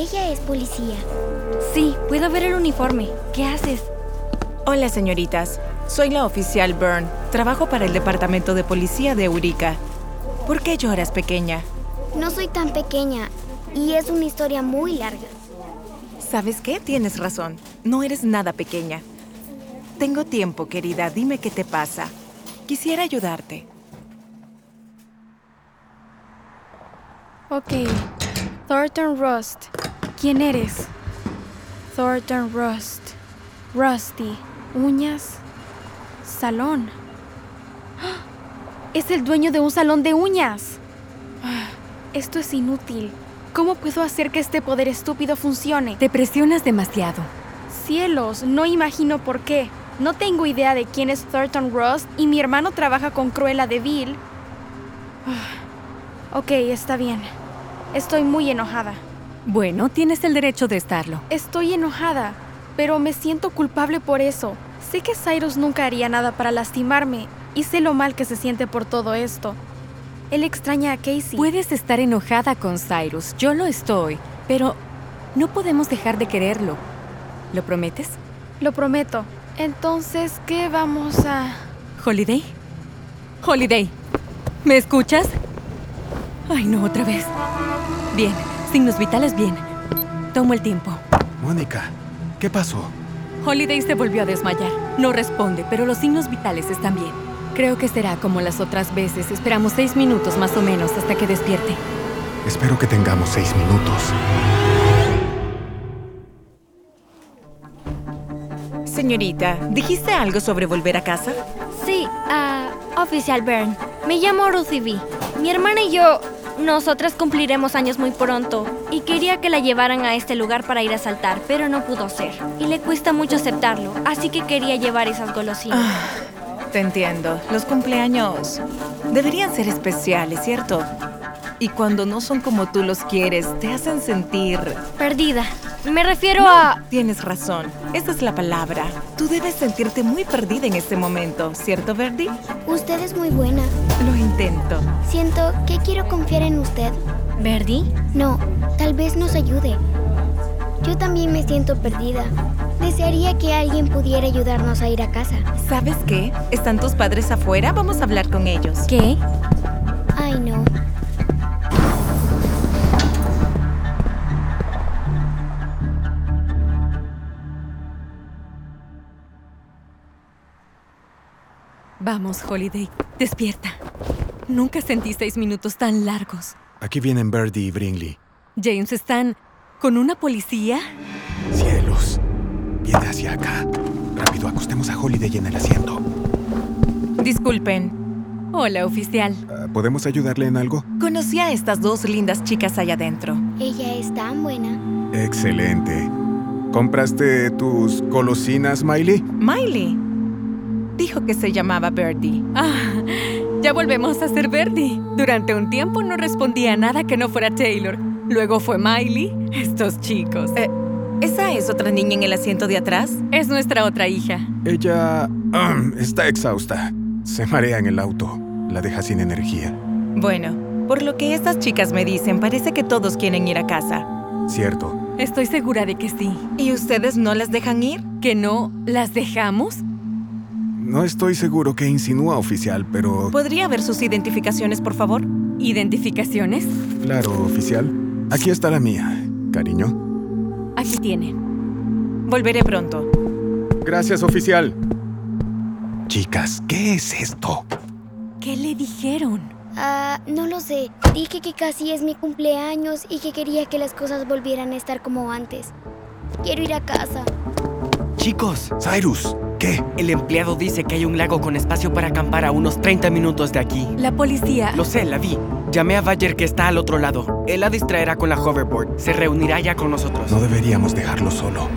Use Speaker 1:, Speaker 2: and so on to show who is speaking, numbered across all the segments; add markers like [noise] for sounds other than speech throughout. Speaker 1: Ella es policía.
Speaker 2: Sí, puedo ver el uniforme. ¿Qué haces?
Speaker 3: Hola, señoritas. Soy la oficial Byrne. Trabajo para el Departamento de Policía de Eureka. ¿Por qué lloras, pequeña?
Speaker 1: No soy tan pequeña y es una historia muy larga.
Speaker 3: ¿Sabes qué? Tienes razón. No eres nada pequeña. Tengo tiempo, querida. Dime qué te pasa. Quisiera ayudarte.
Speaker 2: Ok. Thornton Rust. ¿Quién eres? Thornton Rust. Rusty. Uñas. Salón. [gasps] ¡Ah! Es el dueño de un salón de uñas. [sighs] Ah, Esto es inútil. ¿Cómo puedo hacer que este poder estúpido funcione?
Speaker 4: Te presionas demasiado.
Speaker 2: Cielos, no imagino por qué. No tengo idea de quién es Thornton Rust y mi hermano trabaja con Cruella de Vil. Ah, Ok, está bien. Estoy muy enojada.
Speaker 4: Bueno, tienes el derecho de estarlo.
Speaker 2: Estoy enojada, pero me siento culpable por eso. Sé que Cyrus nunca haría nada para lastimarme y sé lo mal que se siente por todo esto. Él extraña a Casey.
Speaker 4: Puedes estar enojada con Cyrus, yo lo estoy, pero no podemos dejar de quererlo. ¿Lo prometes?
Speaker 2: Lo prometo. Entonces, ¿qué vamos a...?
Speaker 4: Holiday. Holiday. ¿Me escuchas? Ay, no, otra vez. Bien, signos vitales bien. Tomo el tiempo.
Speaker 5: Mónica, ¿qué pasó?
Speaker 4: Holiday se volvió a desmayar. No responde, pero los signos vitales están bien. Creo que será como las otras veces. Esperamos seis minutos más o menos hasta que despierte.
Speaker 5: Espero que tengamos seis minutos.
Speaker 3: Señorita, ¿dijiste algo sobre volver a casa?
Speaker 6: Sí, a Oficial Byrne. Me llamo Ruthie B. Mi hermana y yo, nosotras cumpliremos años muy pronto y quería que la llevaran a este lugar para ir a saltar, pero no pudo ser. Y le cuesta mucho aceptarlo, así que quería llevar esas golosinas.
Speaker 3: Te entiendo. Los cumpleaños deberían ser especiales, ¿cierto? Y cuando no son como tú los quieres, te hacen sentir...
Speaker 6: Perdida. Me refiero
Speaker 3: No,
Speaker 6: a...
Speaker 3: Tienes razón. Esa es la palabra. Tú debes sentirte muy perdida en este momento, ¿cierto, Verdi?
Speaker 1: Usted es muy buena.
Speaker 3: Lo intento.
Speaker 1: Siento que quiero confiar en usted.
Speaker 6: ¿Verdi?
Speaker 1: No, tal vez nos ayude. Yo también me siento perdida. Desearía que alguien pudiera ayudarnos a ir a casa.
Speaker 3: ¿Sabes qué? ¿Están tus padres afuera? Vamos a hablar con ellos.
Speaker 4: ¿Qué?
Speaker 1: Ay, no.
Speaker 4: Vamos, Holiday, despierta. Nunca sentí seis minutos tan largos.
Speaker 5: Aquí vienen Birdie y Brinley.
Speaker 4: James, ¿están con una policía?
Speaker 5: Cielos. Viene hacia acá. Rápido, acostemos a Holiday en el asiento.
Speaker 3: Disculpen.
Speaker 4: Hola, oficial.
Speaker 5: Ah, ¿Podemos ayudarle en algo?
Speaker 3: Conocí a estas dos lindas chicas allá adentro.
Speaker 1: Ella es tan buena.
Speaker 5: Excelente. ¿Compraste tus golosinas, Miley?
Speaker 3: Miley. Dijo que se llamaba Birdie.
Speaker 4: Ah, ya volvemos a ser Verdi. Durante un tiempo no respondía a nada que no fuera Taylor. Luego fue Miley. Estos chicos. Eh,
Speaker 3: ¿Esa es otra niña en el asiento de atrás?
Speaker 4: es nuestra otra hija.
Speaker 5: Ella... ahem, está exhausta. Se marea en el auto. La deja sin energía.
Speaker 3: Bueno, por lo que estas chicas me dicen, parece que todos quieren ir a casa.
Speaker 5: Cierto.
Speaker 4: Estoy segura de que sí.
Speaker 3: ¿Y ustedes no las dejan ir?
Speaker 4: ¿Que no las dejamos?
Speaker 5: No estoy seguro qué insinúa oficial, pero...
Speaker 3: ¿Podría ver sus identificaciones, por favor?
Speaker 4: ¿Identificaciones?
Speaker 5: Claro, oficial. Aquí está la mía, cariño.
Speaker 4: Aquí tiene.
Speaker 3: Volveré pronto.
Speaker 5: Gracias, oficial. Chicas, ¿qué es esto?
Speaker 4: ¿Qué le dijeron?
Speaker 1: Ah, no lo sé. Dije que casi es mi cumpleaños y que quería que las cosas volvieran a estar como antes. Quiero ir a casa.
Speaker 7: Chicos,
Speaker 5: Cyrus, ¿qué?
Speaker 7: el empleado dice que hay un lago con espacio para acampar a unos 30 minutos de aquí.
Speaker 4: La policía.
Speaker 7: Lo sé, la vi. Llamé a Bayer que está al otro lado. Él la distraerá con la hoverboard. Se reunirá ya con nosotros.
Speaker 5: No deberíamos dejarlo solo.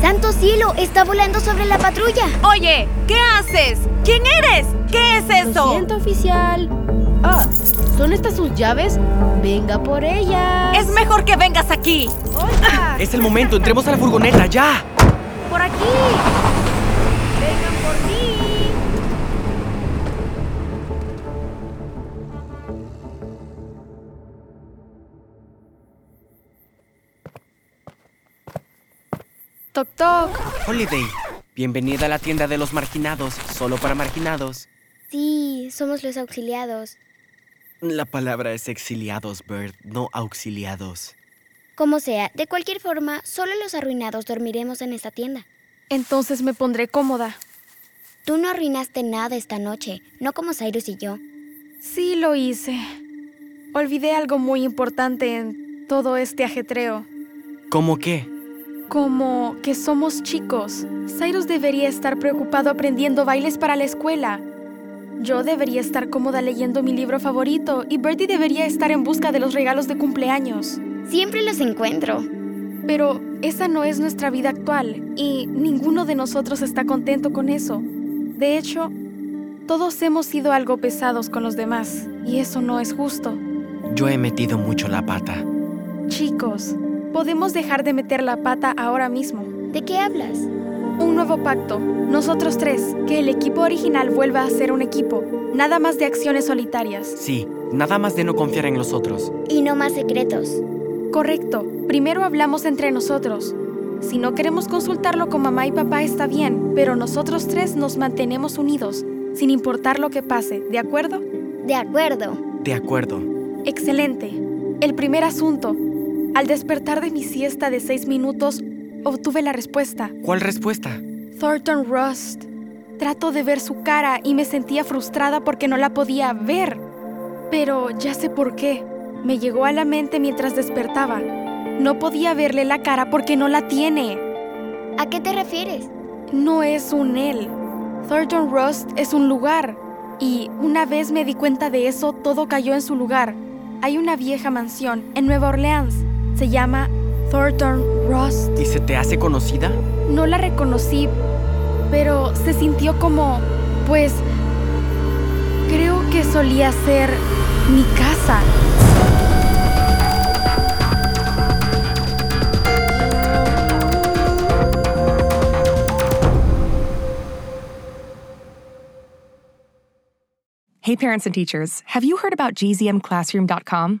Speaker 1: ¡Santo cielo! ¡Está volando sobre la patrulla!
Speaker 3: Oye, ¿qué haces? ¿Quién eres? ¿Qué es
Speaker 8: Lo
Speaker 3: eso?
Speaker 8: siento, oficial. Ah, ¿son estas sus llaves? Venga por ellas.
Speaker 3: Es mejor que vengas aquí.
Speaker 8: Hola,
Speaker 7: Es el momento, entremos a la furgoneta, ya.
Speaker 8: por aquí. Vengan por mí.
Speaker 2: Toc toc.
Speaker 7: Holiday, bienvenida a la tienda de los marginados, solo para marginados.
Speaker 1: Sí, somos los auxiliados.
Speaker 7: La palabra es exiliados, Bird, no auxiliados.
Speaker 1: Como sea, de cualquier forma, solo los arruinados dormiremos en esta tienda.
Speaker 2: Entonces me pondré cómoda.
Speaker 1: Tú no arruinaste nada esta noche, no como Cyrus y yo.
Speaker 2: Sí lo hice. Olvidé algo muy importante en todo este ajetreo.
Speaker 7: ¿Cómo qué?
Speaker 2: Como que somos chicos. Cyrus debería estar preocupado aprendiendo bailes para la escuela. Yo debería estar cómoda leyendo mi libro favorito y Bertie debería estar en busca de los regalos de cumpleaños.
Speaker 1: Siempre los encuentro.
Speaker 2: Pero esa no es nuestra vida actual y ninguno de nosotros está contento con eso. De hecho, todos hemos sido algo pesados con los demás y eso no es justo.
Speaker 7: Yo he metido mucho la pata.
Speaker 2: Chicos, podemos dejar de meter la pata ahora mismo.
Speaker 1: ¿De qué hablas?
Speaker 2: Un nuevo pacto, nosotros tres, que el equipo original vuelva a ser un equipo, nada más de acciones solitarias.
Speaker 7: Sí, nada más de no confiar en los otros.
Speaker 1: Y no más secretos.
Speaker 2: Correcto, primero hablamos entre nosotros. Si no queremos consultarlo con mamá y papá está bien, pero nosotros tres nos mantenemos unidos, sin importar lo que pase, ¿de acuerdo?
Speaker 1: De acuerdo.
Speaker 7: De acuerdo.
Speaker 2: Excelente. El primer asunto. Al despertar de mi siesta de seis minutos, obtuve la respuesta.
Speaker 7: ¿Cuál respuesta?
Speaker 2: Thornton Rust. Trato de ver su cara y me sentía frustrada porque no la podía ver. Pero ya sé por qué. Me llegó a la mente mientras despertaba. No podía verle la cara porque no la tiene.
Speaker 1: ¿A qué te refieres?
Speaker 2: No es un él. Thornton Rust es un lugar. Y una vez me di cuenta de eso, todo cayó en su lugar. Hay una vieja mansión en Nueva Orleans. Se llama Thornton Rust.
Speaker 7: ¿Y se te hace conocida?
Speaker 2: No la reconocí, pero se sintió como, pues, creo que solía ser mi casa.
Speaker 4: Hey, parents and teachers, have you heard about gzmclassroom.com?